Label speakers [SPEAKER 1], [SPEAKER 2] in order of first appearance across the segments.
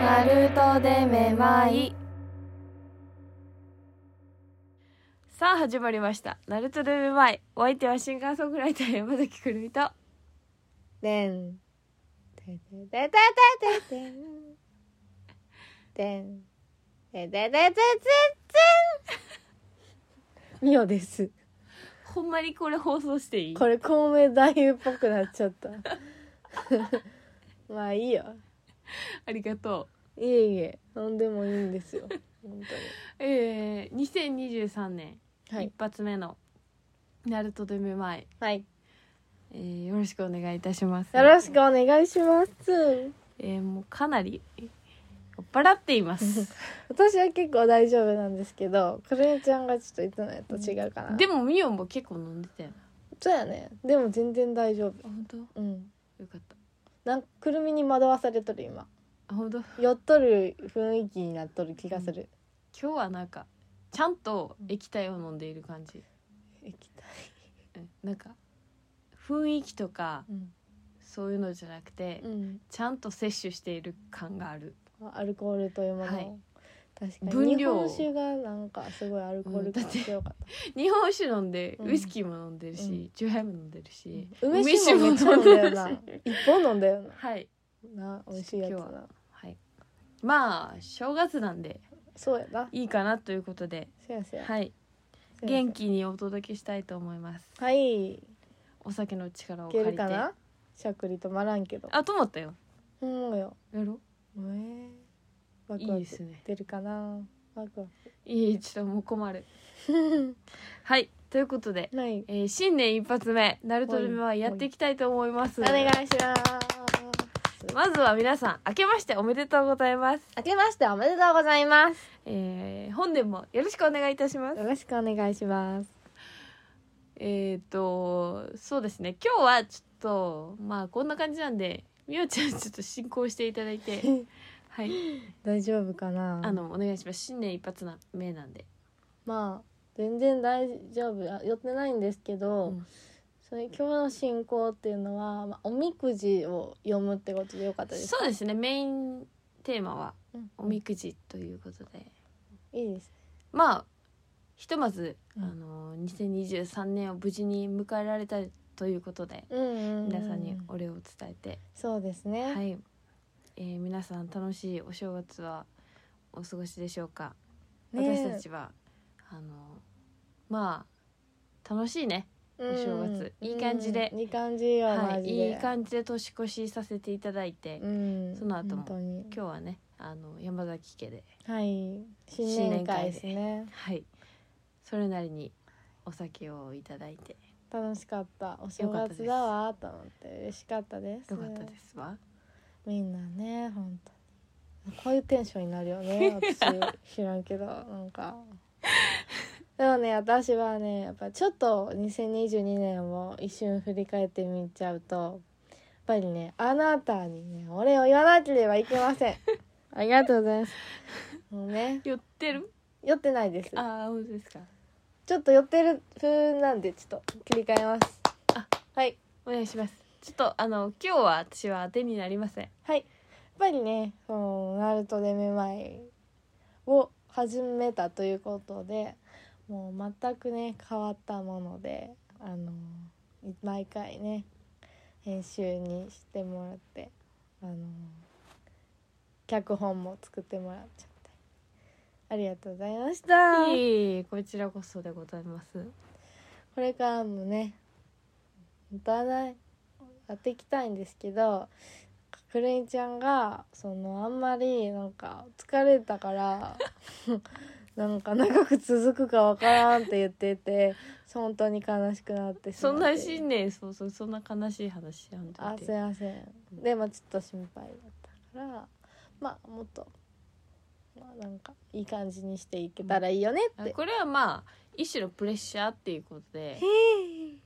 [SPEAKER 1] ナルトでめまい。
[SPEAKER 2] さあ始まりました「ナルトでめまい」お相手はシンガーソングライター山崎くるみと
[SPEAKER 1] でん。てててててててん。でん。ててててててん。みおです。
[SPEAKER 2] ほんまにこれ放送していい
[SPEAKER 1] これ孔明太夫っぽくなっちゃった。まあいいよ。
[SPEAKER 2] ありがと
[SPEAKER 1] いえいえ、なんでもいいんですよ。本
[SPEAKER 2] うえー、2023年
[SPEAKER 1] 当に。はい
[SPEAKER 2] 一。発目の「ナルトでめまい
[SPEAKER 1] はい。」
[SPEAKER 2] えー、よろしくお願いいたします
[SPEAKER 1] よろしくお願いします。
[SPEAKER 2] えー、もうかなり酔っ払っています
[SPEAKER 1] 私は結構大丈夫なんですけど、くるみちゃんがちょっといつもやと違うかな。
[SPEAKER 2] でもみおも結構飲んでたよな
[SPEAKER 1] そうやね。でも全然大丈夫。
[SPEAKER 2] 本当
[SPEAKER 1] うん。
[SPEAKER 2] よかった
[SPEAKER 1] なんかくるみに惑わされとる今。
[SPEAKER 2] あ本当
[SPEAKER 1] 酔っとる雰囲気になっとる気がする。
[SPEAKER 2] 今日はなんかちゃんと液体を飲んでいる感じ、
[SPEAKER 1] 液体。
[SPEAKER 2] うん、なんか雰囲気とか
[SPEAKER 1] うん。
[SPEAKER 2] そういうのじゃなくて、
[SPEAKER 1] うん。
[SPEAKER 2] ちゃんと摂取している感がある、
[SPEAKER 1] アルコールというものを。
[SPEAKER 2] はい
[SPEAKER 1] 確かに
[SPEAKER 2] 分
[SPEAKER 1] 日
[SPEAKER 2] 量
[SPEAKER 1] 本酒がなんかすごいアルコール感強かった、
[SPEAKER 2] 日本酒飲んで
[SPEAKER 1] うん
[SPEAKER 2] ウイスキーも飲んでるし、チューハイも飲んでるし、
[SPEAKER 1] 梅酒もめっちゃ飲んだよな
[SPEAKER 2] し
[SPEAKER 1] 一本飲んだよ
[SPEAKER 2] はい
[SPEAKER 1] なな美味しいやつ
[SPEAKER 2] 今日
[SPEAKER 1] な
[SPEAKER 2] はいまあ正月なんで
[SPEAKER 1] そうやない
[SPEAKER 2] いかなということで、
[SPEAKER 1] せやせや
[SPEAKER 2] はい、
[SPEAKER 1] せやせや
[SPEAKER 2] 元気にお届けしたいと思います
[SPEAKER 1] はいい
[SPEAKER 2] お酒の力を
[SPEAKER 1] け
[SPEAKER 2] 借りて
[SPEAKER 1] るかなしゃくりとまらんけど
[SPEAKER 2] あと思ったよ
[SPEAKER 1] うんよ
[SPEAKER 2] やろ
[SPEAKER 1] えー、ワク
[SPEAKER 2] い
[SPEAKER 1] ワ
[SPEAKER 2] いで
[SPEAKER 1] ク
[SPEAKER 2] すね
[SPEAKER 1] 出るかなワクワ
[SPEAKER 2] いいちょっともう困 るはいということで、
[SPEAKER 1] クはい
[SPEAKER 2] えー新年一発目ナルトルメはやっていきたいと思います
[SPEAKER 1] お願いします
[SPEAKER 2] まずは皆さん明けましておめでとうございます、
[SPEAKER 1] 明けましておめでとうございます
[SPEAKER 2] えー、本年もよろしくお願いいたします
[SPEAKER 1] よろしくお願いします
[SPEAKER 2] えっ、とそうですね今日はちょっとまあこんな感じなんでみおちゃんちょっと進行していただいてはい
[SPEAKER 1] 大丈夫かな
[SPEAKER 2] あのお願いします新年一発目なんで
[SPEAKER 1] まあ全然大丈夫あ寄ってないんですけど、
[SPEAKER 2] うん
[SPEAKER 1] それ今日の進行っていうのは、まあ、おみくじを読むってことでよかったですか
[SPEAKER 2] そうですねメインテーマは
[SPEAKER 1] うん
[SPEAKER 2] おみくじということで
[SPEAKER 1] いいです
[SPEAKER 2] まあひとまず、
[SPEAKER 1] うん
[SPEAKER 2] あの2023年を無事に迎えられたということで
[SPEAKER 1] うんうんうん、
[SPEAKER 2] 皆さんにお礼を伝えて、
[SPEAKER 1] そうですね、
[SPEAKER 2] はい、えー皆さん楽しいお正月はお過ごしでしょうか、
[SPEAKER 1] ねえ
[SPEAKER 2] 私たちはあのまあ楽しいね
[SPEAKER 1] うん
[SPEAKER 2] お正月いい感じで
[SPEAKER 1] うんいい感じよ、
[SPEAKER 2] は
[SPEAKER 1] マジで
[SPEAKER 2] い、いい感じで年越しさせていただいて、
[SPEAKER 1] うん
[SPEAKER 2] その後も
[SPEAKER 1] 本当に
[SPEAKER 2] 今日はねあの山崎家で、
[SPEAKER 1] はい新年会ですね
[SPEAKER 2] はい、それなりにお酒をいただいて
[SPEAKER 1] 楽しかったお正
[SPEAKER 2] よかったです
[SPEAKER 1] 月だわと思って嬉しかったです
[SPEAKER 2] よかったですわ。
[SPEAKER 1] みんなね本当にこういうテンションになるよね私知らんけどなんかでもね私はねやっぱちょっと2022年を一瞬振り返ってみちゃうとやっぱりねあなたにねお礼を言わなければいけませ んありがとうございますもうね
[SPEAKER 2] 寄ってる
[SPEAKER 1] 酔ってないです
[SPEAKER 2] ああ本当ですか
[SPEAKER 1] ちょっと酔ってる風なんでちょっと切り替えます
[SPEAKER 2] あ
[SPEAKER 1] はい
[SPEAKER 2] お願いしますちょっとあの今日は私は当てになりません
[SPEAKER 1] はい。やっぱりね、そのナルトでめまいを始めたということで、もう全くね変わったもので、あの毎回ね編集にしてもらって、あの脚本も作ってもらっちゃって、ありがとうございました。
[SPEAKER 2] いえいえこちらこそでございます
[SPEAKER 1] これからもね歌ないやっていきたいんですけどくるみちゃんがそのあんまりなんか疲れたから なんか長く続くかわからんって言ってて本当に悲しくなってしま
[SPEAKER 2] そ
[SPEAKER 1] って
[SPEAKER 2] んな新年早々そんな悲しい話やんと
[SPEAKER 1] あ
[SPEAKER 2] い
[SPEAKER 1] すい
[SPEAKER 2] て
[SPEAKER 1] ませんでもちょっと心配だったからまあもっとまあなんかいい感じにしていけたらいいよねって、
[SPEAKER 2] これはまあ一種のプレッシャーっていうことで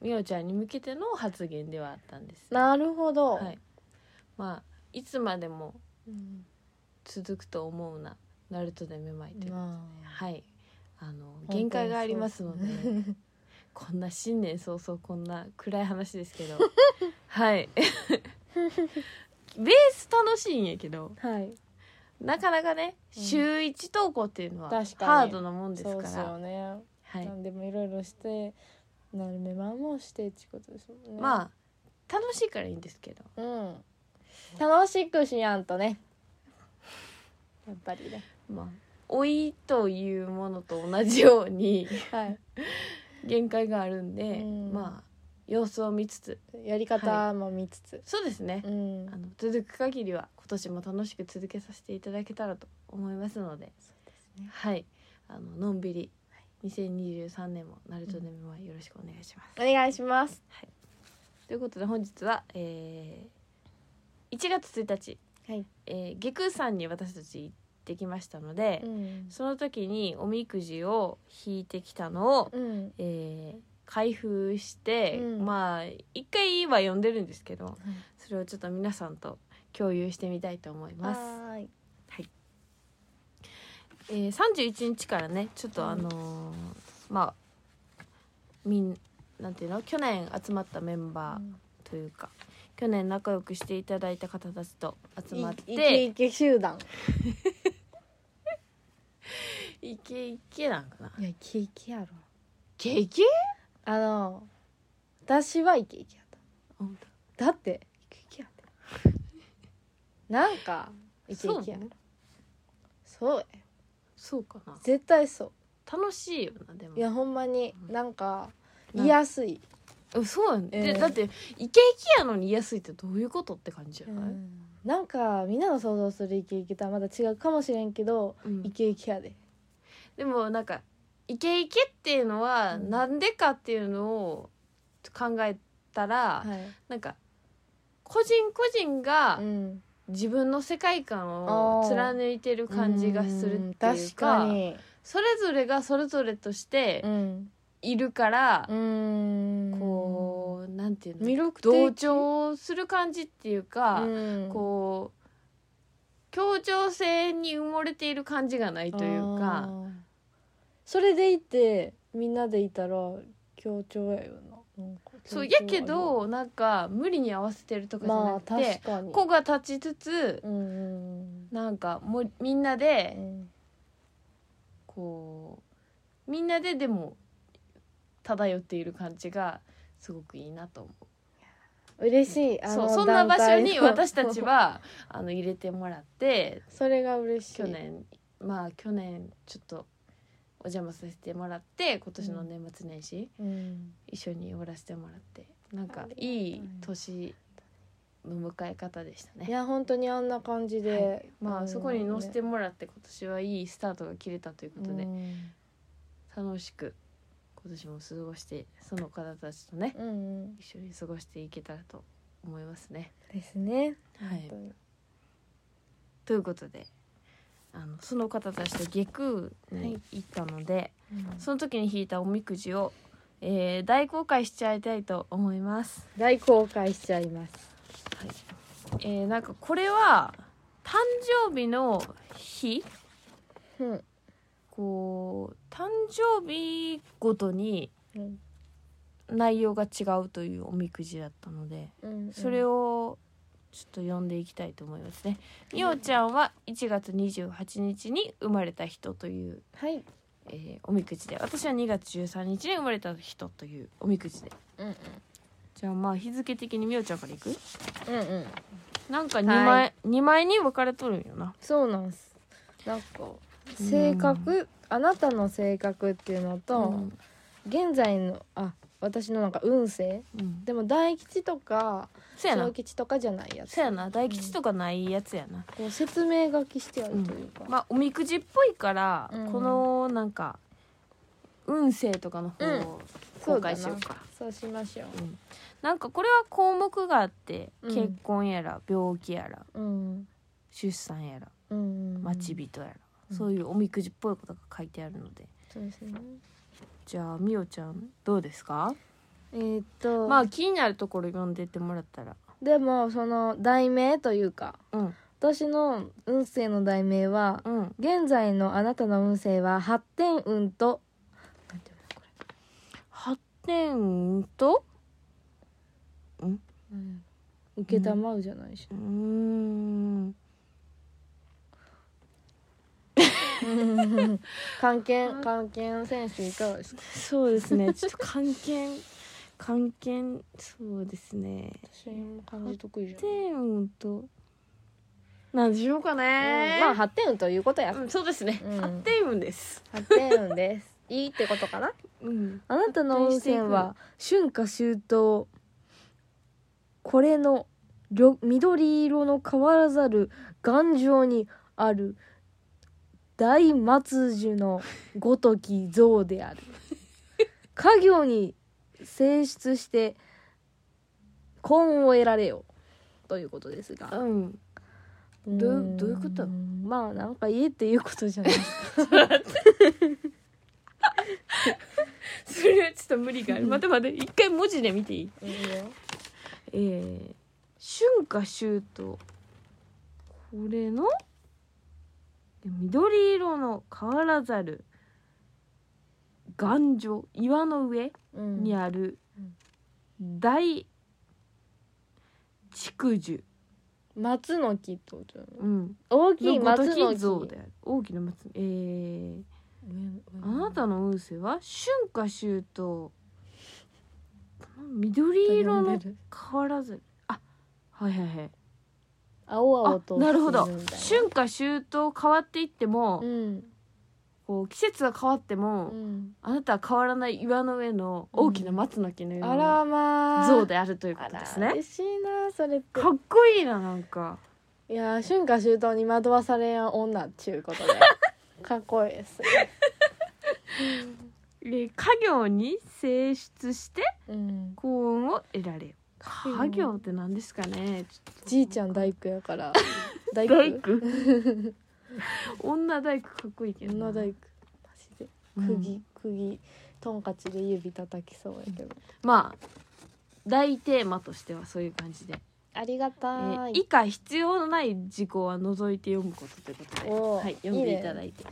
[SPEAKER 2] みおちゃんに向けての発言ではあったんです
[SPEAKER 1] なるほど、
[SPEAKER 2] はいまあいつまでも
[SPEAKER 1] うん
[SPEAKER 2] 続くと思うなナルトでめまいという、
[SPEAKER 1] まあ
[SPEAKER 2] はいあの限界がありますので
[SPEAKER 1] 本当にそうですね
[SPEAKER 2] こんな新年早々こんな暗い話ですけど はいベース楽しいんやけど
[SPEAKER 1] はい
[SPEAKER 2] なかなかね、
[SPEAKER 1] うん
[SPEAKER 2] 週一投稿っていうのは
[SPEAKER 1] 確かに
[SPEAKER 2] ハードなもんですから
[SPEAKER 1] そうそうね、
[SPEAKER 2] はい、
[SPEAKER 1] なんでもいろいろしてなるめまんもしてってことですもんね
[SPEAKER 2] まあ楽しいからいいんですけど
[SPEAKER 1] うん楽しくしやんとねやっぱりね
[SPEAKER 2] まあ老いというものと同じよう に
[SPEAKER 1] はい
[SPEAKER 2] 限界があるんで、
[SPEAKER 1] うん
[SPEAKER 2] まあ様子を見つつ
[SPEAKER 1] やり方も見つつ、
[SPEAKER 2] そうですね、
[SPEAKER 1] うん
[SPEAKER 2] あの続く限りは今年も楽しく続けさせていただけたらと思いますのではいあののんびり2023年もナルトでもよろしくお願いします。
[SPEAKER 1] お願いします
[SPEAKER 2] ということで本日は、えー1月1日、
[SPEAKER 1] はい
[SPEAKER 2] えー、外宮山に私たち行ってきましたので、
[SPEAKER 1] うん、
[SPEAKER 2] その時におみくじを引いてきたのを、
[SPEAKER 1] うん、
[SPEAKER 2] えー開封して、
[SPEAKER 1] うん
[SPEAKER 2] まあ一回は読んでるんですけどそれをちょっと皆さんと共有してみたいと思います。
[SPEAKER 1] はーい
[SPEAKER 2] えー、31日からねちょっとあのーまあみんなんていうの去年集まったメンバーというか、去年仲良くしていただいた方たちと集まっ
[SPEAKER 1] いけ
[SPEAKER 2] て
[SPEAKER 1] いけ集団
[SPEAKER 2] イケイケなんかない
[SPEAKER 1] やいけいけやろ
[SPEAKER 2] ケイケ
[SPEAKER 1] あの私はいけいけやっ
[SPEAKER 2] 本
[SPEAKER 1] ただっていけいけやったなんかいけいけやろそうや
[SPEAKER 2] そうかな
[SPEAKER 1] 絶対そう
[SPEAKER 2] 楽しいよなでも
[SPEAKER 1] いやほんまになんか
[SPEAKER 2] な
[SPEAKER 1] 言いやす
[SPEAKER 2] う
[SPEAKER 1] い、
[SPEAKER 2] んそうやね、で
[SPEAKER 1] えー
[SPEAKER 2] だってイケイケやのに安いってどういうことって感じじゃない、
[SPEAKER 1] なんかみんなの想像するイケイケとはまた違うかもしれんけど、
[SPEAKER 2] うん
[SPEAKER 1] イケイケやで
[SPEAKER 2] でもなんかイケイケっていうのは
[SPEAKER 1] うん
[SPEAKER 2] なんでかっていうのを考えたら、
[SPEAKER 1] はい、
[SPEAKER 2] なんか個人個人が
[SPEAKER 1] うん、
[SPEAKER 2] 自分の世界観を貫いてる感じがするってい
[SPEAKER 1] ん
[SPEAKER 2] う
[SPEAKER 1] 確か
[SPEAKER 2] か
[SPEAKER 1] に
[SPEAKER 2] それぞれがそれぞれとして
[SPEAKER 1] うん
[SPEAKER 2] いるから、
[SPEAKER 1] うん
[SPEAKER 2] こうなんていう
[SPEAKER 1] 魅
[SPEAKER 2] の
[SPEAKER 1] 力的
[SPEAKER 2] 同調する感じっていうか、
[SPEAKER 1] うん
[SPEAKER 2] こう協調性に埋もれている感じがないという
[SPEAKER 1] あ
[SPEAKER 2] か
[SPEAKER 1] ーそれでいてみんなでいたら協調やよななんか
[SPEAKER 2] そう
[SPEAKER 1] 協
[SPEAKER 2] や
[SPEAKER 1] 調ある
[SPEAKER 2] けどなんか無理に合わせてるとかじゃ
[SPEAKER 1] ま
[SPEAKER 2] な
[SPEAKER 1] あ
[SPEAKER 2] くて
[SPEAKER 1] 確、かに
[SPEAKER 2] 子が立ちつつ
[SPEAKER 1] うんうん
[SPEAKER 2] なんかもうみんな
[SPEAKER 1] う
[SPEAKER 2] で
[SPEAKER 1] ん
[SPEAKER 2] こうみんなででも漂っている感じがすごくいいなと思う
[SPEAKER 1] 嬉しいあ
[SPEAKER 2] そう
[SPEAKER 1] の
[SPEAKER 2] そんな場所に
[SPEAKER 1] 団体の
[SPEAKER 2] 私たちはあの入れてもらって
[SPEAKER 1] それが嬉しい
[SPEAKER 2] 去年まあ去年ちょっとお邪魔させてもらって今年の年末年始、
[SPEAKER 1] うん
[SPEAKER 2] 一緒におらせてもらってなんか
[SPEAKER 1] ありがたい
[SPEAKER 2] いい年の迎え方でした
[SPEAKER 1] い
[SPEAKER 2] ね。
[SPEAKER 1] や本当にあんな感じで、
[SPEAKER 2] はいまあそこに乗せてもらって今年はいいスタートが切れたということで、
[SPEAKER 1] うん
[SPEAKER 2] 楽しく今年も過ごしてその方たちとね
[SPEAKER 1] うんうん、
[SPEAKER 2] 一緒に過ごしていけたらと思いますね。
[SPEAKER 1] ですね。
[SPEAKER 2] は
[SPEAKER 1] 本
[SPEAKER 2] い
[SPEAKER 1] 当、に
[SPEAKER 2] ということであのその方たちと下宮に行ったので、
[SPEAKER 1] うん
[SPEAKER 2] その時に引いたおみくじを、えー大公開しちゃいたいと思います。
[SPEAKER 1] 大公開しちゃいます。
[SPEAKER 2] はいえーなんかこれは誕生日の日
[SPEAKER 1] うん
[SPEAKER 2] こう誕生日ごとに
[SPEAKER 1] うん
[SPEAKER 2] 内容が違うというおみくじだったので
[SPEAKER 1] うん、
[SPEAKER 2] それを
[SPEAKER 1] を
[SPEAKER 2] ちょっと読んでいきたいと思いますね。みおちゃんは1月28日に生まれた人という、
[SPEAKER 1] はい。
[SPEAKER 2] えーおみくじで私は2月13日に生まれた人というおみくじで
[SPEAKER 1] うんうん
[SPEAKER 2] じゃあまあ日付的にみおちゃんからいく
[SPEAKER 1] うんうん。
[SPEAKER 2] なんか2
[SPEAKER 1] は
[SPEAKER 2] 枚二枚に分かれとるんよな。
[SPEAKER 1] そうなんです。なんか性格、あなたの性格っていうのと、
[SPEAKER 2] うん
[SPEAKER 1] 現在のあ私のなんか運勢
[SPEAKER 2] うん
[SPEAKER 1] でも大吉とか
[SPEAKER 2] そうやな
[SPEAKER 1] 小吉とかじゃないやつ。
[SPEAKER 2] そうやな大吉とかないやつやな、
[SPEAKER 1] こう説明書きしてあるというか。
[SPEAKER 2] まあおみくじっぽいから、
[SPEAKER 1] うん
[SPEAKER 2] このなんか運勢とかの方
[SPEAKER 1] うん
[SPEAKER 2] を
[SPEAKER 1] そう
[SPEAKER 2] 公開
[SPEAKER 1] だな
[SPEAKER 2] しようか、
[SPEAKER 1] そうしましょ
[SPEAKER 2] うんなんかこれは項目があって、
[SPEAKER 1] うん
[SPEAKER 2] 結婚やら病気やら
[SPEAKER 1] う。うん。
[SPEAKER 2] 出産やら
[SPEAKER 1] うんうん。
[SPEAKER 2] 待ち。人やら、
[SPEAKER 1] うん
[SPEAKER 2] そういうおみくじっぽいことが書いてあるので
[SPEAKER 1] そうですね。
[SPEAKER 2] じゃあみおちゃんどうですか、
[SPEAKER 1] えーっと
[SPEAKER 2] まあ気になるところ読んでってもらったら
[SPEAKER 1] でもその題名というか
[SPEAKER 2] うん
[SPEAKER 1] 私の運勢の題名は
[SPEAKER 2] うん
[SPEAKER 1] 「現在のあなたの運勢は発展運と」なんていうのこれ
[SPEAKER 2] 発展と
[SPEAKER 1] うん受けたまうじゃないし、
[SPEAKER 2] うーん
[SPEAKER 1] 関係関係選手いかがですか
[SPEAKER 2] そうです ねちょっと関係関係そうですね
[SPEAKER 1] 私も漢字得意じゃ
[SPEAKER 2] 発
[SPEAKER 1] ん、
[SPEAKER 2] 展運となんでしょうかね
[SPEAKER 1] うん、まあ発展運ということや、
[SPEAKER 2] うんそうですね
[SPEAKER 1] うん
[SPEAKER 2] 発展運です
[SPEAKER 1] 発展運ですいいってことかな
[SPEAKER 2] うん
[SPEAKER 1] あなたの運勢は春夏秋冬これの緑緑色の変わらざる頑丈にある大松樹のごとき像 である家業に性出して婚を得られよということですが
[SPEAKER 2] うんどうどういうこと
[SPEAKER 1] んまあなんか家っていうことじゃない
[SPEAKER 2] それはちょっと無理がある待て待て一回文字で見て いいえー、春夏秋冬これの緑色の変わらざる頑丈岩の上
[SPEAKER 1] うん
[SPEAKER 2] にある
[SPEAKER 1] うん
[SPEAKER 2] 大竹樹、
[SPEAKER 1] 松の木ってことだよね
[SPEAKER 2] うん、
[SPEAKER 1] 大き
[SPEAKER 2] の
[SPEAKER 1] い
[SPEAKER 2] ご
[SPEAKER 1] 松
[SPEAKER 2] と
[SPEAKER 1] の
[SPEAKER 2] き
[SPEAKER 1] 木
[SPEAKER 2] 像である大きな松えー、あなたの運勢は春夏秋冬この緑色の変わらずあはいはいはい
[SPEAKER 1] 青々と
[SPEAKER 2] あなるほど
[SPEAKER 1] 沈むみたい
[SPEAKER 2] 春夏秋冬変わっていっても、
[SPEAKER 1] うん
[SPEAKER 2] こう季節が変わっても、
[SPEAKER 1] うん
[SPEAKER 2] あなたは変わらない岩の上の大きな松の木のよう
[SPEAKER 1] あ
[SPEAKER 2] な
[SPEAKER 1] らまあ
[SPEAKER 2] 像であるというこ
[SPEAKER 1] あ
[SPEAKER 2] と
[SPEAKER 1] ら
[SPEAKER 2] ですね
[SPEAKER 1] 嬉しいなそれって
[SPEAKER 2] かっこいいななんか
[SPEAKER 1] いやー春夏秋冬に惑わされや女っちゅうこと でかっこいいですね
[SPEAKER 2] えー家業に生出して
[SPEAKER 1] うん
[SPEAKER 2] 幸運を得られよ
[SPEAKER 1] 業
[SPEAKER 2] 家業って何ですかね
[SPEAKER 1] じいちゃん大工やから 大工
[SPEAKER 2] 大工 女大工かっこいいけどな
[SPEAKER 1] 女大工マジで
[SPEAKER 2] うん
[SPEAKER 1] 釘、釘トンカチで指叩きそうやけど
[SPEAKER 2] まあ大テーマとしてはそういう感じで、
[SPEAKER 1] ありが
[SPEAKER 2] え
[SPEAKER 1] た
[SPEAKER 2] ー
[SPEAKER 1] い、
[SPEAKER 2] 以下必要のない事項は除いて読むことということで、
[SPEAKER 1] おー
[SPEAKER 2] はい、読んでいただいて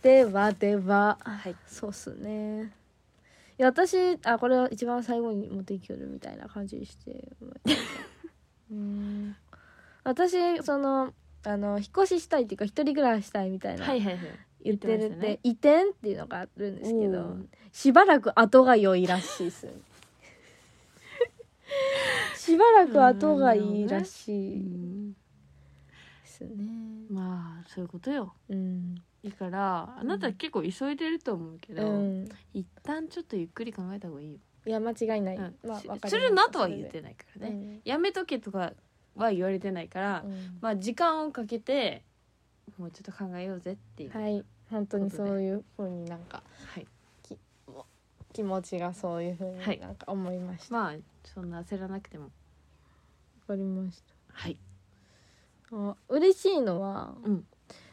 [SPEAKER 1] ではでは、
[SPEAKER 2] い
[SPEAKER 1] そうっすねいや私あこれは一番最後に持ってきよるみたいな感じにして うん私そのあの引っ越ししたいっていうか一人暮らししたいみたいな
[SPEAKER 2] はいはいはい
[SPEAKER 1] 言ってる
[SPEAKER 2] 言ってま
[SPEAKER 1] って,、
[SPEAKER 2] したね
[SPEAKER 1] 移転っていうのがあるんですけ
[SPEAKER 2] お
[SPEAKER 1] ど
[SPEAKER 2] ー
[SPEAKER 1] しばらく後が良いらしいっす しばらく後がいいらしいですね
[SPEAKER 2] まあそういうことよ
[SPEAKER 1] うん、
[SPEAKER 2] だからあなた結構急いでると思うけど、
[SPEAKER 1] うん、
[SPEAKER 2] 一旦ちょっとゆっくり考えた方がいいよ、
[SPEAKER 1] いや間違いない、
[SPEAKER 2] うん
[SPEAKER 1] まあわかります
[SPEAKER 2] するなとは言ってないからね、
[SPEAKER 1] ね、
[SPEAKER 2] やめとけとかは言われてないから、
[SPEAKER 1] うん
[SPEAKER 2] まあ時間をかけてもうちょっと考えようぜっていうはい、
[SPEAKER 1] はい本当にそういうふうになんか気持ちがそういうふう
[SPEAKER 2] はい
[SPEAKER 1] になんか思いました、
[SPEAKER 2] まあそんな焦らなくても
[SPEAKER 1] わかりまし
[SPEAKER 2] はい
[SPEAKER 1] たあ嬉しいのは
[SPEAKER 2] うん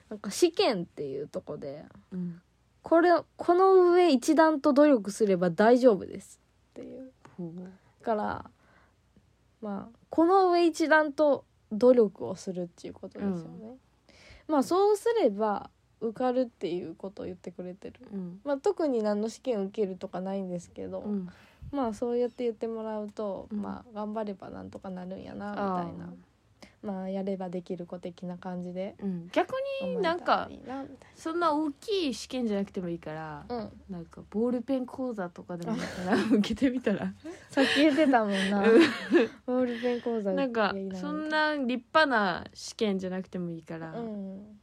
[SPEAKER 1] なんか試験っていうとこで
[SPEAKER 2] うん
[SPEAKER 1] これこの上一段と努力すれば大丈夫ですっていう
[SPEAKER 2] ほう
[SPEAKER 1] だからまあこの上一段と努力をするっていうことですよね、まあそうすれば受かるっていうことを言ってくれてる
[SPEAKER 2] うん
[SPEAKER 1] まあ特に何の試験受けるとかないんですけど、
[SPEAKER 2] うん
[SPEAKER 1] まあそうやって言ってもらうと、
[SPEAKER 2] うん
[SPEAKER 1] まあ頑張ればなんとかなるんやなみ
[SPEAKER 2] あ
[SPEAKER 1] たいなまあやればできる子的な感じで
[SPEAKER 2] ーうん逆になんか
[SPEAKER 1] 思えたらいいなみたい
[SPEAKER 2] そんな大きい試験じゃなくてもいいから、
[SPEAKER 1] なうん
[SPEAKER 2] なんかボールペン講座とかでもいい から受けてみたら
[SPEAKER 1] さっき言ってたもんな
[SPEAKER 2] うん
[SPEAKER 1] ボールペン講座
[SPEAKER 2] なんか
[SPEAKER 1] やりがら
[SPEAKER 2] そんな立派な試験じゃなくてもいいから、
[SPEAKER 1] うん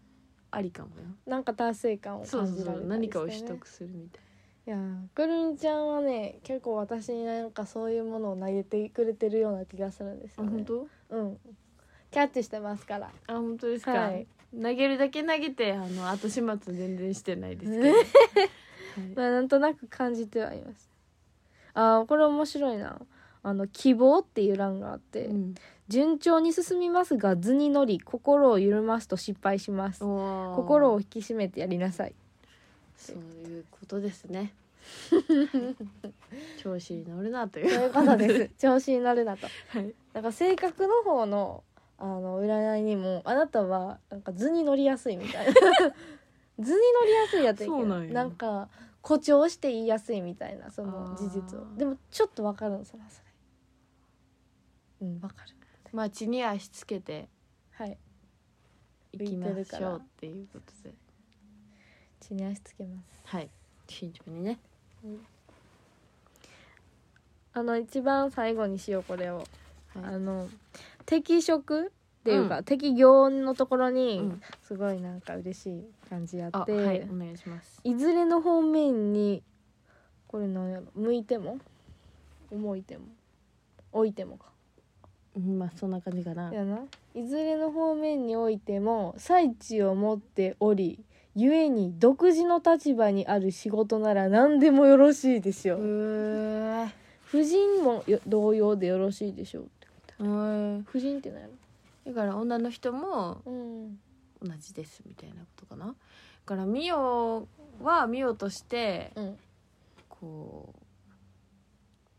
[SPEAKER 2] ありかもよ
[SPEAKER 1] なんか達成感を
[SPEAKER 2] そう
[SPEAKER 1] 感
[SPEAKER 2] そう
[SPEAKER 1] じ
[SPEAKER 2] そ
[SPEAKER 1] られ
[SPEAKER 2] う
[SPEAKER 1] た
[SPEAKER 2] 何
[SPEAKER 1] りして
[SPEAKER 2] かを
[SPEAKER 1] ね
[SPEAKER 2] 取得するみたい
[SPEAKER 1] いやーくるみちゃんはね結構私になんかそういうものを投げてくれてるような気がするんです
[SPEAKER 2] な、
[SPEAKER 1] よね
[SPEAKER 2] あ本当
[SPEAKER 1] うんキャッチしてますから
[SPEAKER 2] あ本当ですか、
[SPEAKER 1] はい
[SPEAKER 2] 投げるだけ投げてあの後始末全然してないですけど、はい
[SPEAKER 1] まあ、なんとなく感じてはいますあーこれ面白いなあの希望っていう欄があって、
[SPEAKER 2] うん、
[SPEAKER 1] 順調に進みますが図に乗り心を緩ますと失敗します心
[SPEAKER 2] 心
[SPEAKER 1] を引き締めてやりなさい
[SPEAKER 2] そういうことです ね調子に乗るなと
[SPEAKER 1] と
[SPEAKER 2] いう
[SPEAKER 1] いうことです調子に乗るなと
[SPEAKER 2] はい
[SPEAKER 1] だから性格の方のあの占いにもあなたはなんか図に乗りやすいみたいな 図に乗りやすいやつやけど
[SPEAKER 2] そうなんや
[SPEAKER 1] なんか誇張して言いやすいみたいなその事実を
[SPEAKER 2] あー
[SPEAKER 1] でもちょっとわかるのそれはそれうんわかる
[SPEAKER 2] まあ地に足つけて
[SPEAKER 1] はい
[SPEAKER 2] いきましょうっていうことで
[SPEAKER 1] 血に足つけます
[SPEAKER 2] はい慎重にね
[SPEAKER 1] あの一番最後にしようこれを、
[SPEAKER 2] は
[SPEAKER 1] あ
[SPEAKER 2] い
[SPEAKER 1] の適色っていうか、
[SPEAKER 2] う
[SPEAKER 1] 適行のところに、
[SPEAKER 2] うん
[SPEAKER 1] すごいなんか嬉しい感じや
[SPEAKER 2] あ
[SPEAKER 1] って、
[SPEAKER 2] はいお願いします
[SPEAKER 1] いずれの方面にこれなんやろ向いても思いても置いてもか
[SPEAKER 2] うんまあそんな感じかな
[SPEAKER 1] やないずれの方面においても最地を持っており故に独自の立場にある仕事なら何でもよろしいでしょ
[SPEAKER 2] う
[SPEAKER 1] う
[SPEAKER 2] ー
[SPEAKER 1] 婦人もよ同様でよろしいでしょうって
[SPEAKER 2] うー
[SPEAKER 1] 婦人ってなんや
[SPEAKER 2] だから女の人も
[SPEAKER 1] ろうん
[SPEAKER 2] 同じですみたいなことかなだからミオはミオとして
[SPEAKER 1] うん
[SPEAKER 2] こ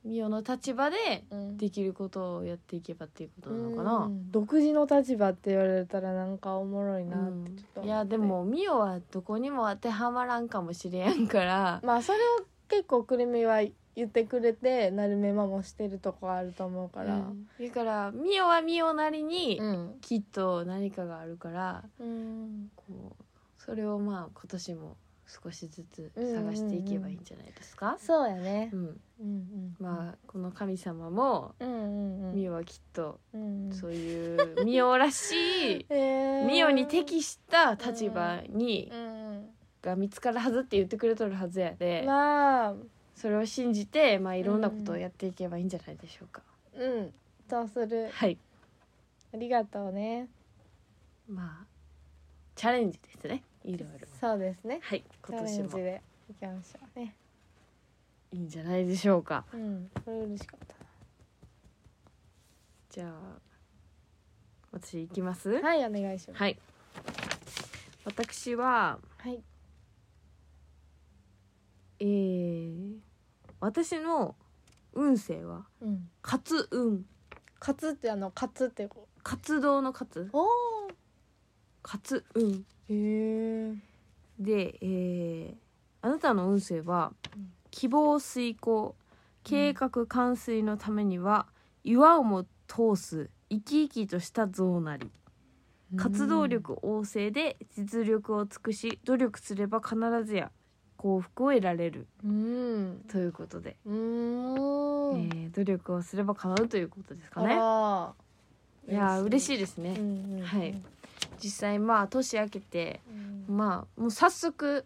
[SPEAKER 2] うミオの立場で
[SPEAKER 1] うん
[SPEAKER 2] できることをやっていけばっていうことなのか
[SPEAKER 1] う
[SPEAKER 2] な、
[SPEAKER 1] ん独自の立場って言われたらなんかおもろいな
[SPEAKER 2] う
[SPEAKER 1] っ
[SPEAKER 2] ん
[SPEAKER 1] てちょっと思って、
[SPEAKER 2] いやでもミオはどこにも当てはまらんかもしれんから、
[SPEAKER 1] まあそれを結構くるみは言ってくれてなるめマもしてるとこあると思うから
[SPEAKER 2] うんだからミオはミオなりに
[SPEAKER 1] うん、
[SPEAKER 2] きっと何かがあるからこうそれをまあ今年も少しずつ探していけばいいんじゃないですか、
[SPEAKER 1] そうやね
[SPEAKER 2] うん
[SPEAKER 1] うんうん
[SPEAKER 2] まあこの神様も
[SPEAKER 1] うんうんうん
[SPEAKER 2] ミオはきっと
[SPEAKER 1] うん
[SPEAKER 2] そういうミオらしいミ
[SPEAKER 1] ミ
[SPEAKER 2] オに適した立場に
[SPEAKER 1] うん
[SPEAKER 2] が見つかるはずって言ってくれとるはずや
[SPEAKER 1] うん
[SPEAKER 2] で、
[SPEAKER 1] まあ
[SPEAKER 2] それを信じて、まあ、いろんなことをやっていけばいいんじゃないでしょうか。
[SPEAKER 1] うんそうする
[SPEAKER 2] はい、
[SPEAKER 1] ありがとうね
[SPEAKER 2] まあチャレンジですねいろいろ。
[SPEAKER 1] そうですね
[SPEAKER 2] はい、
[SPEAKER 1] チ
[SPEAKER 2] 今
[SPEAKER 1] ャレ
[SPEAKER 2] 年
[SPEAKER 1] ンジ
[SPEAKER 2] も
[SPEAKER 1] でいきましょうね
[SPEAKER 2] いいんじゃないでしょうか。
[SPEAKER 1] うんこれ嬉しかっ
[SPEAKER 2] じゃあ私行きます。
[SPEAKER 1] たはいお願いします
[SPEAKER 2] はい。私は
[SPEAKER 1] はい
[SPEAKER 2] えー、私の運勢は
[SPEAKER 1] うん
[SPEAKER 2] 活運
[SPEAKER 1] カツってあのカツってこ
[SPEAKER 2] 活動の活
[SPEAKER 1] うお
[SPEAKER 2] 活運
[SPEAKER 1] へえ
[SPEAKER 2] で、えーあなたの運勢は
[SPEAKER 1] うん
[SPEAKER 2] 希望遂行計画完遂のためには岩をも通す生き生きとした像なり活動力旺盛で実力を尽くし努力すれば必ずや幸福を得られる
[SPEAKER 1] うん
[SPEAKER 2] ということで、
[SPEAKER 1] うーん、
[SPEAKER 2] えー努力をすれば叶うということですか
[SPEAKER 1] あ
[SPEAKER 2] ね
[SPEAKER 1] ら
[SPEAKER 2] いやー嬉し
[SPEAKER 1] い、
[SPEAKER 2] いですね、
[SPEAKER 1] うんうんうん
[SPEAKER 2] はい実際まあ年明けて
[SPEAKER 1] うん
[SPEAKER 2] まあもう早速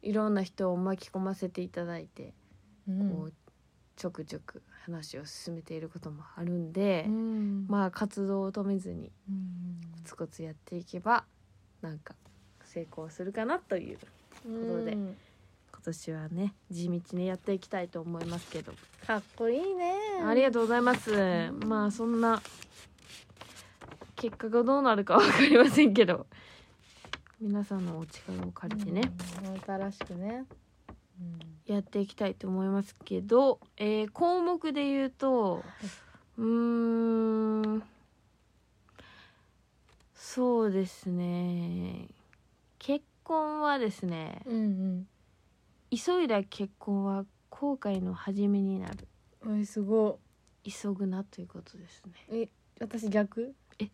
[SPEAKER 2] いろんな人を巻き込ませていただいて、
[SPEAKER 1] うん
[SPEAKER 2] こうちょくちょく話を進めていることもあるんで、
[SPEAKER 1] うん
[SPEAKER 2] まあ活動を止めずに
[SPEAKER 1] うん
[SPEAKER 2] コツコツやっていけばなんか成功するかなということで
[SPEAKER 1] うん
[SPEAKER 2] 今年はね地道にやっていきたいと思いますけど、
[SPEAKER 1] かっこいいね
[SPEAKER 2] ありがとうございます、まあそんな結果がどうなるかわかりませんけど皆さんのお力を借りてね、
[SPEAKER 1] うん新しくねうん
[SPEAKER 2] やっていきたいと思いますけど、えー項目で言うとうーんそうですね結婚はですね
[SPEAKER 1] うん
[SPEAKER 2] 急いだ結婚は後悔の始めになる
[SPEAKER 1] うんおいすご
[SPEAKER 2] 急ぐなということですね
[SPEAKER 1] いえ私逆
[SPEAKER 2] え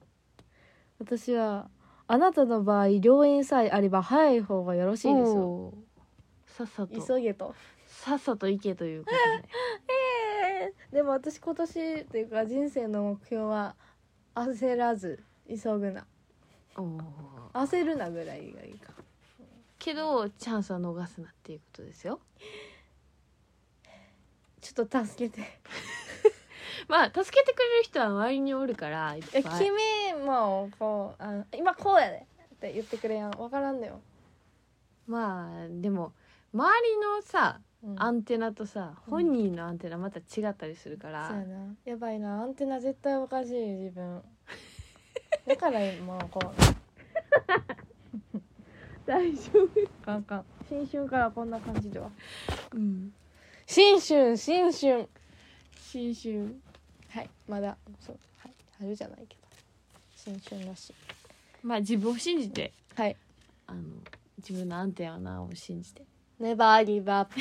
[SPEAKER 1] 私はあなたの場合良縁さえあれば早い方がよろしいですよ
[SPEAKER 2] おーさっさと
[SPEAKER 1] 急げと
[SPEAKER 2] さっさと行けということ で
[SPEAKER 1] えーでも私今年というか人生の目標は焦らず急ぐな
[SPEAKER 2] おー
[SPEAKER 1] 焦るなぐらいがいいか
[SPEAKER 2] けどチャンスは逃すなっていうことですよ
[SPEAKER 1] ちょっと助けて
[SPEAKER 2] まあ助けてくれる人は周りにおるからいっ
[SPEAKER 1] え
[SPEAKER 2] ぱい
[SPEAKER 1] 君もこうあの今こうやでって言ってくれやん分からんだよ、
[SPEAKER 2] まあでも周りのさ
[SPEAKER 1] うん
[SPEAKER 2] アンテナとさ、
[SPEAKER 1] うん
[SPEAKER 2] 本人のアンテナまた違ったりするから、
[SPEAKER 1] そうやなやばいなアンテナ絶対おかしい自 分だからもうこう
[SPEAKER 2] 大丈夫、
[SPEAKER 1] カンカン新春からこんな感じでは
[SPEAKER 2] うん、
[SPEAKER 1] 新春新春
[SPEAKER 2] 新春
[SPEAKER 1] はいまだそう、はい、春じゃないけど新春らしい
[SPEAKER 2] まあ自分を信じて
[SPEAKER 1] はい
[SPEAKER 2] あの自分の安定はなを信じて
[SPEAKER 1] 「ネバーギブアップ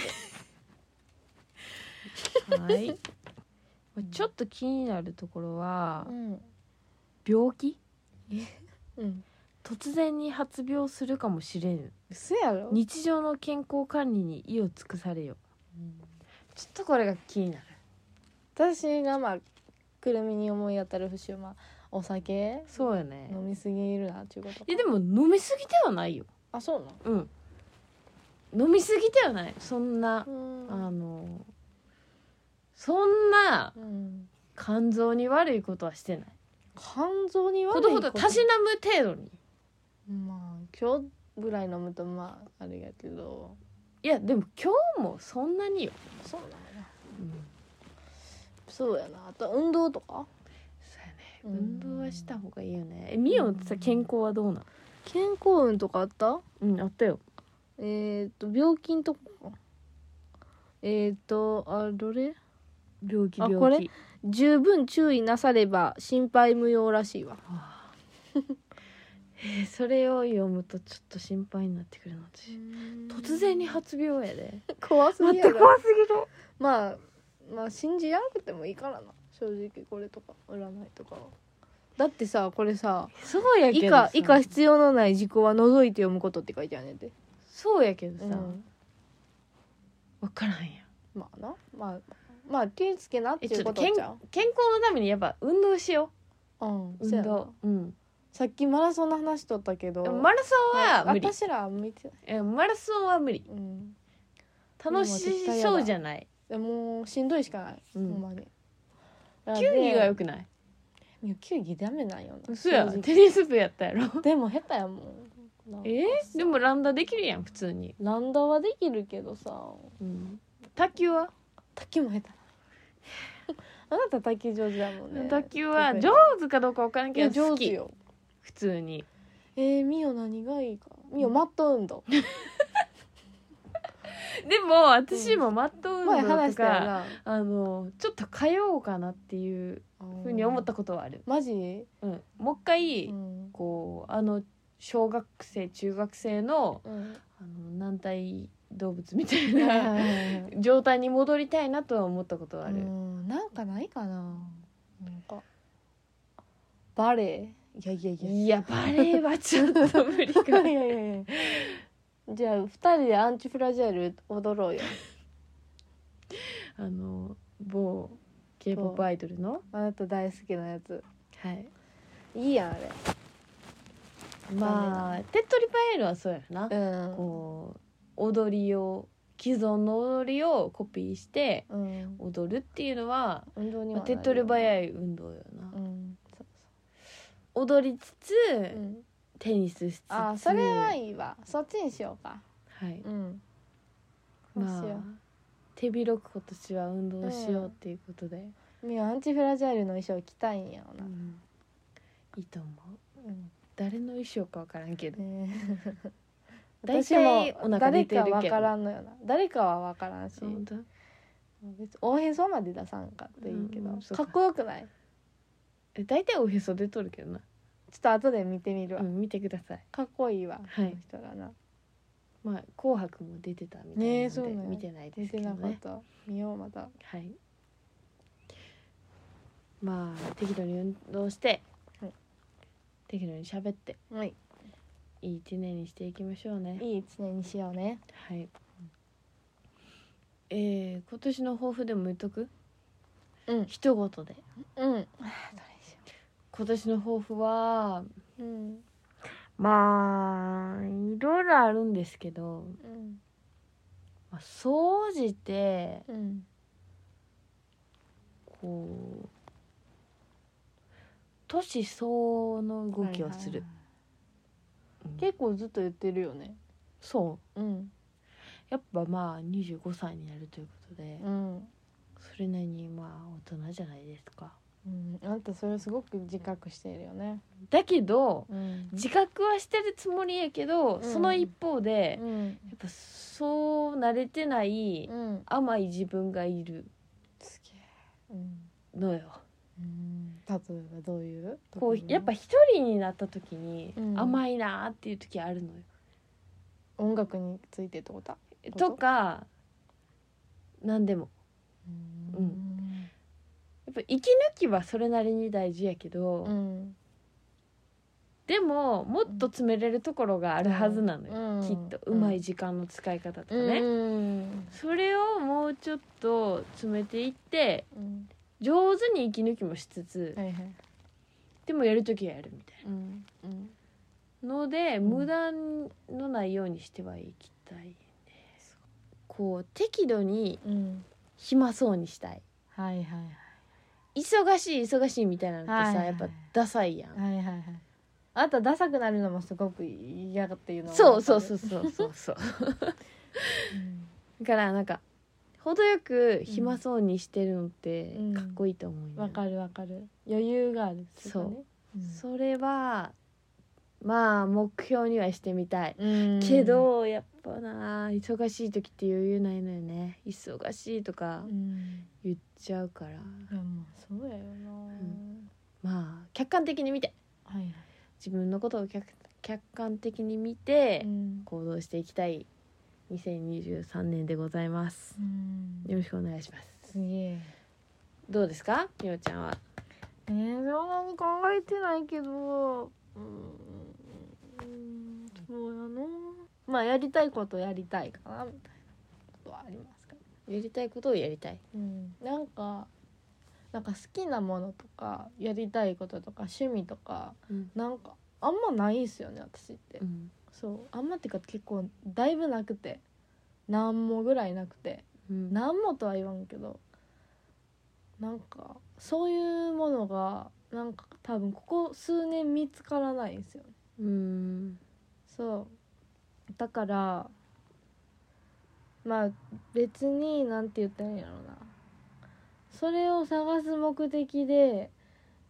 [SPEAKER 2] はい まあちょっと気になるところ」は
[SPEAKER 1] うん
[SPEAKER 2] 病気
[SPEAKER 1] うん
[SPEAKER 2] 突然に発病するかもしれぬ
[SPEAKER 1] 嘘やろ、
[SPEAKER 2] 日常の健康管理に意を尽くされよ
[SPEAKER 1] うん
[SPEAKER 2] ちょっとこれが気になる
[SPEAKER 1] 私がまあくるみに思い当たる節はまあお酒
[SPEAKER 2] そうやね
[SPEAKER 1] 飲みすぎるなっていうこと
[SPEAKER 2] えでも飲みすぎてはないよ
[SPEAKER 1] あそうな
[SPEAKER 2] うん飲みすぎてはないそんな
[SPEAKER 1] うん
[SPEAKER 2] あのそんな
[SPEAKER 1] うん
[SPEAKER 2] 肝臓に悪いことはしてない
[SPEAKER 1] 肝臓に悪
[SPEAKER 2] ほ
[SPEAKER 1] い
[SPEAKER 2] どほどたしなむ程度に
[SPEAKER 1] まあ今日ぐらい飲むとまああれやけど
[SPEAKER 2] いやでも今日もそんなによ、
[SPEAKER 1] そうだよな
[SPEAKER 2] うん、
[SPEAKER 1] そうやなあと運動とか
[SPEAKER 2] そうやね運動はした方がいいよねえみおさ健康はどうなん
[SPEAKER 1] 健康運とかあった
[SPEAKER 2] うんあったよ
[SPEAKER 1] えっ、と病気んとこかえっ、とあどれ
[SPEAKER 2] 病気
[SPEAKER 1] あ
[SPEAKER 2] 病気
[SPEAKER 1] これ十分注意なされば心配無用らしいわ
[SPEAKER 2] はあえーそれを読むとちょっと心配になってくるの私突然に発病やで
[SPEAKER 1] 怖すぎや
[SPEAKER 2] 全く
[SPEAKER 1] ろ
[SPEAKER 2] すぎる
[SPEAKER 1] まあまあ信じやなくてもいいからな正直これとか占いとかはだってさこれさ
[SPEAKER 2] そうやけ
[SPEAKER 1] 以
[SPEAKER 2] ど
[SPEAKER 1] 下
[SPEAKER 2] さ
[SPEAKER 1] 以下必要のない事項は除いて読むことって書いてあるねんて
[SPEAKER 2] そうやけど
[SPEAKER 1] さ、
[SPEAKER 2] さ、分からんやん
[SPEAKER 1] まあなまあまあ気ぃつけなって
[SPEAKER 2] え
[SPEAKER 1] い
[SPEAKER 2] ちょ
[SPEAKER 1] う
[SPEAKER 2] っと
[SPEAKER 1] こと
[SPEAKER 2] 健
[SPEAKER 1] じ
[SPEAKER 2] 健
[SPEAKER 1] ゃ
[SPEAKER 2] 康のためにやっぱ運動しよ
[SPEAKER 1] ううん
[SPEAKER 2] う
[SPEAKER 1] そう
[SPEAKER 2] 運
[SPEAKER 1] やな
[SPEAKER 2] 動うん
[SPEAKER 1] さっきマラソンの話しとったけど
[SPEAKER 2] でもマラソンは無理、
[SPEAKER 1] 私らは向いてない、
[SPEAKER 2] えマラソンは無理
[SPEAKER 1] うん、
[SPEAKER 2] 楽しそうじゃない
[SPEAKER 1] でもしんどいしかない、
[SPEAKER 2] うん
[SPEAKER 1] ほんまに
[SPEAKER 2] 球技がよ
[SPEAKER 1] く
[SPEAKER 2] くない
[SPEAKER 1] 球技ダメなんよな
[SPEAKER 2] 嘘や
[SPEAKER 1] 正直
[SPEAKER 2] テニス部やったやろ
[SPEAKER 1] でも下手やもんなんか
[SPEAKER 2] えーでもランダできるやん普通に、
[SPEAKER 1] ランダはできるけどさ
[SPEAKER 2] 卓球は、
[SPEAKER 1] 卓球も下手な あなた卓球上手だもんね
[SPEAKER 2] 卓球は
[SPEAKER 1] 得意
[SPEAKER 2] 上手かどうか分からん
[SPEAKER 1] い
[SPEAKER 2] け
[SPEAKER 1] や
[SPEAKER 2] ど好
[SPEAKER 1] 上手
[SPEAKER 2] き
[SPEAKER 1] よ
[SPEAKER 2] 普通に
[SPEAKER 1] えー、ミオ何がいいかミオマット運動
[SPEAKER 2] でも私もマット運
[SPEAKER 1] 前
[SPEAKER 2] 動
[SPEAKER 1] 話
[SPEAKER 2] と
[SPEAKER 1] したよ
[SPEAKER 2] か、
[SPEAKER 1] な
[SPEAKER 2] あのちょっと通おうかなっていうふうに思ったことはある、
[SPEAKER 1] マジ、
[SPEAKER 2] うん、もう一回、
[SPEAKER 1] うん
[SPEAKER 2] こうあの小学生中学生の
[SPEAKER 1] うん、
[SPEAKER 2] あの軟体動物みたい
[SPEAKER 1] はいはい
[SPEAKER 2] な
[SPEAKER 1] はいはい
[SPEAKER 2] 状態に戻りたいなとは思ったことはあ
[SPEAKER 1] う
[SPEAKER 2] る、
[SPEAKER 1] んなんかないかななんかバレエいやいやいや
[SPEAKER 2] いやバレエはちょっと無 理か
[SPEAKER 1] いやいやいやじゃあ二人でアンチフラジャイル踊ろうよ
[SPEAKER 2] あの某 k p o p アイドルの
[SPEAKER 1] あなた大好きなやつ
[SPEAKER 2] はい
[SPEAKER 1] いいやんあれ
[SPEAKER 2] まあ手っ取り早いのはそうやろな、
[SPEAKER 1] うん
[SPEAKER 2] こう踊りを既存の踊りをコピーして
[SPEAKER 1] うん
[SPEAKER 2] 踊るっていうのは、
[SPEAKER 1] 運動に
[SPEAKER 2] ま
[SPEAKER 1] は
[SPEAKER 2] あ、手っ取り
[SPEAKER 1] い
[SPEAKER 2] 早い運動よな、
[SPEAKER 1] うんそう
[SPEAKER 2] 踊りつつ、
[SPEAKER 1] そう、うん、
[SPEAKER 2] テニスしつつ
[SPEAKER 1] あーそれはいいわそっちにしようか
[SPEAKER 2] はい、
[SPEAKER 1] うんそう
[SPEAKER 2] まあ
[SPEAKER 1] しよ
[SPEAKER 2] 手広く今年は運動しようっていうことで、
[SPEAKER 1] うみおアンチフラジャイルの衣装着たいんやろ
[SPEAKER 2] う
[SPEAKER 1] な、
[SPEAKER 2] んいいと思う
[SPEAKER 1] うん
[SPEAKER 2] 誰の衣装かわからんけど
[SPEAKER 1] ねえ
[SPEAKER 2] 大
[SPEAKER 1] 私
[SPEAKER 2] 体
[SPEAKER 1] も
[SPEAKER 2] お腹出
[SPEAKER 1] 誰
[SPEAKER 2] てる
[SPEAKER 1] か
[SPEAKER 2] けど
[SPEAKER 1] わからんのよな誰かはわからんし
[SPEAKER 2] 本当
[SPEAKER 1] 別におへそまで出さんかっていいけど、
[SPEAKER 2] うんそう
[SPEAKER 1] か
[SPEAKER 2] か
[SPEAKER 1] っこよくない
[SPEAKER 2] え大体おへそ出とるけどな、
[SPEAKER 1] ちょっと後で見てみるわ、
[SPEAKER 2] うん、見てください
[SPEAKER 1] かっこいいわ、
[SPEAKER 2] はい
[SPEAKER 1] この人がな
[SPEAKER 2] まあ「紅白」も出てたみたいなので、
[SPEAKER 1] ねえそうなんや
[SPEAKER 2] 見てないで
[SPEAKER 1] 出
[SPEAKER 2] すけ
[SPEAKER 1] て
[SPEAKER 2] ど
[SPEAKER 1] なかっ
[SPEAKER 2] ね
[SPEAKER 1] た、見ようまた
[SPEAKER 2] はいまあ適度に運動して、
[SPEAKER 1] はい
[SPEAKER 2] 適度に喋って
[SPEAKER 1] はい
[SPEAKER 2] いい一年にしていきましょうね
[SPEAKER 1] いい一年にしようね
[SPEAKER 2] はい。えー、今年の抱負でも言っとく
[SPEAKER 1] うん
[SPEAKER 2] 一言で
[SPEAKER 1] うんど
[SPEAKER 2] 今年の抱負は
[SPEAKER 1] れにしよううん
[SPEAKER 2] まあいろいろあるんですけど
[SPEAKER 1] うん
[SPEAKER 2] まあ総じて
[SPEAKER 1] うん
[SPEAKER 2] こう年相応の動きをする、うん
[SPEAKER 1] 結構ずっと言ってるよね
[SPEAKER 2] そう
[SPEAKER 1] うん
[SPEAKER 2] やっぱまあ25歳になるということで、
[SPEAKER 1] うん
[SPEAKER 2] それなりにまあ大人じゃないですか
[SPEAKER 1] うん、あんたそれをすごく自覚しているよね。
[SPEAKER 2] だけど
[SPEAKER 1] うん
[SPEAKER 2] 自覚はしてるつもりやけど、
[SPEAKER 1] うん
[SPEAKER 2] その一方で、
[SPEAKER 1] うん、
[SPEAKER 2] やっぱそう慣れてない
[SPEAKER 1] うん、
[SPEAKER 2] 甘い自分がいる
[SPEAKER 1] すげえ。うん、
[SPEAKER 2] のよ
[SPEAKER 1] 例えばどういう
[SPEAKER 2] こうやっぱ一人になった時に
[SPEAKER 1] うん
[SPEAKER 2] 甘いなーっていう時あるのよ。
[SPEAKER 1] 音楽についてってことこと
[SPEAKER 2] とか何でも
[SPEAKER 1] うん
[SPEAKER 2] やっぱ息抜きはそれなりに大事やけど、
[SPEAKER 1] うん
[SPEAKER 2] でももっと詰めれるところがあるはずなのよ、
[SPEAKER 1] うん
[SPEAKER 2] きっとうまい時間の使い方とかね、
[SPEAKER 1] うん
[SPEAKER 2] それをもうちょっと詰めていって
[SPEAKER 1] うん
[SPEAKER 2] 上手に息抜きもしつつ、
[SPEAKER 1] はいはい
[SPEAKER 2] でもやる時はやるみたい
[SPEAKER 1] うんうん
[SPEAKER 2] なので、
[SPEAKER 1] ん
[SPEAKER 2] 無駄のないようにしてはいきたいねこう適度に
[SPEAKER 1] うん
[SPEAKER 2] 暇そうにしたい
[SPEAKER 1] はいはい
[SPEAKER 2] 忙しい忙しいみたいなのってさ、
[SPEAKER 1] はいはい
[SPEAKER 2] やっぱダサいやん、
[SPEAKER 1] はいはいはいあとダサくなるのもすごく嫌っていうのは
[SPEAKER 2] そうそう
[SPEAKER 1] う
[SPEAKER 2] そうそうそうそう
[SPEAKER 1] うん
[SPEAKER 2] だからなんか程よく暇そうにしてるのって
[SPEAKER 1] うん
[SPEAKER 2] かっこいいと思うよ、
[SPEAKER 1] わかるわかる余裕がある
[SPEAKER 2] そうそれはまあ目標にはしてみたい、
[SPEAKER 1] うん
[SPEAKER 2] けどやっぱな忙しい時って余裕ないのよね忙しいとか
[SPEAKER 1] うん
[SPEAKER 2] 言っちゃうから、
[SPEAKER 1] いやまあそうやよな、
[SPEAKER 2] んまあ客観的に見て
[SPEAKER 1] はいはい
[SPEAKER 2] 自分のことを客客観的に見て、
[SPEAKER 1] うん
[SPEAKER 2] 行動していきたい2023年でございます、
[SPEAKER 1] うん
[SPEAKER 2] よろしくお願いします
[SPEAKER 1] すげえ
[SPEAKER 2] どうですかみおちゃんは
[SPEAKER 1] えー、そんなに考えてないけどうんそうやなまあやりたいことやりたいかなみたいなことはありますかね
[SPEAKER 2] やりたいことをやりたい
[SPEAKER 1] うんなんかなんか好きなものとかやりたいこととか趣味とか
[SPEAKER 2] うん、
[SPEAKER 1] なんかあんまないですよね私って、
[SPEAKER 2] うん
[SPEAKER 1] そうあんまっていうか結構だいぶなくて何もぐらいなくて何もとは言わんけどなんかそういうものがなんか多分ここ数年見つからないんですよね
[SPEAKER 2] うん
[SPEAKER 1] そうだからまあ別になんて言ったらいいんやろうなそれを探す目的で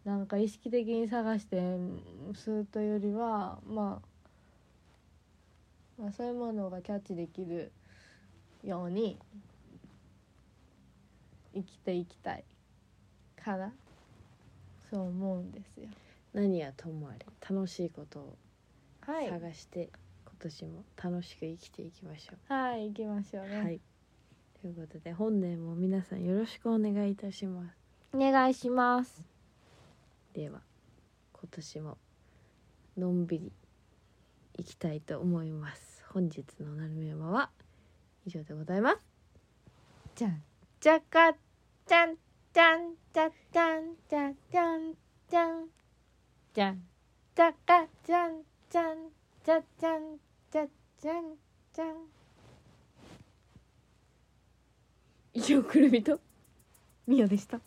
[SPEAKER 1] なんか意識的に探してするというよりは、まあ、まあそういうものがキャッチできるように生きていきたいかなそう思うんですよ。
[SPEAKER 2] 何やともあれ楽しいことを
[SPEAKER 1] はい、
[SPEAKER 2] 探して、今年も楽しく生きていきましょ
[SPEAKER 1] はい、行きましょう
[SPEAKER 2] う、
[SPEAKER 1] ね。
[SPEAKER 2] はいということで本年も皆さんよろしくお願いいたします
[SPEAKER 1] お願いします。
[SPEAKER 2] では今年ものんびりいきたいと思います本日のなるみ山は以上でございます
[SPEAKER 1] じゃんじゃかじゃんじゃんじゃじゃんじゃじゃんじゃんじゃんじゃかじゃんじゃんじゃじゃんじゃじゃんじゃん
[SPEAKER 2] 以上くるみと
[SPEAKER 1] みよでした。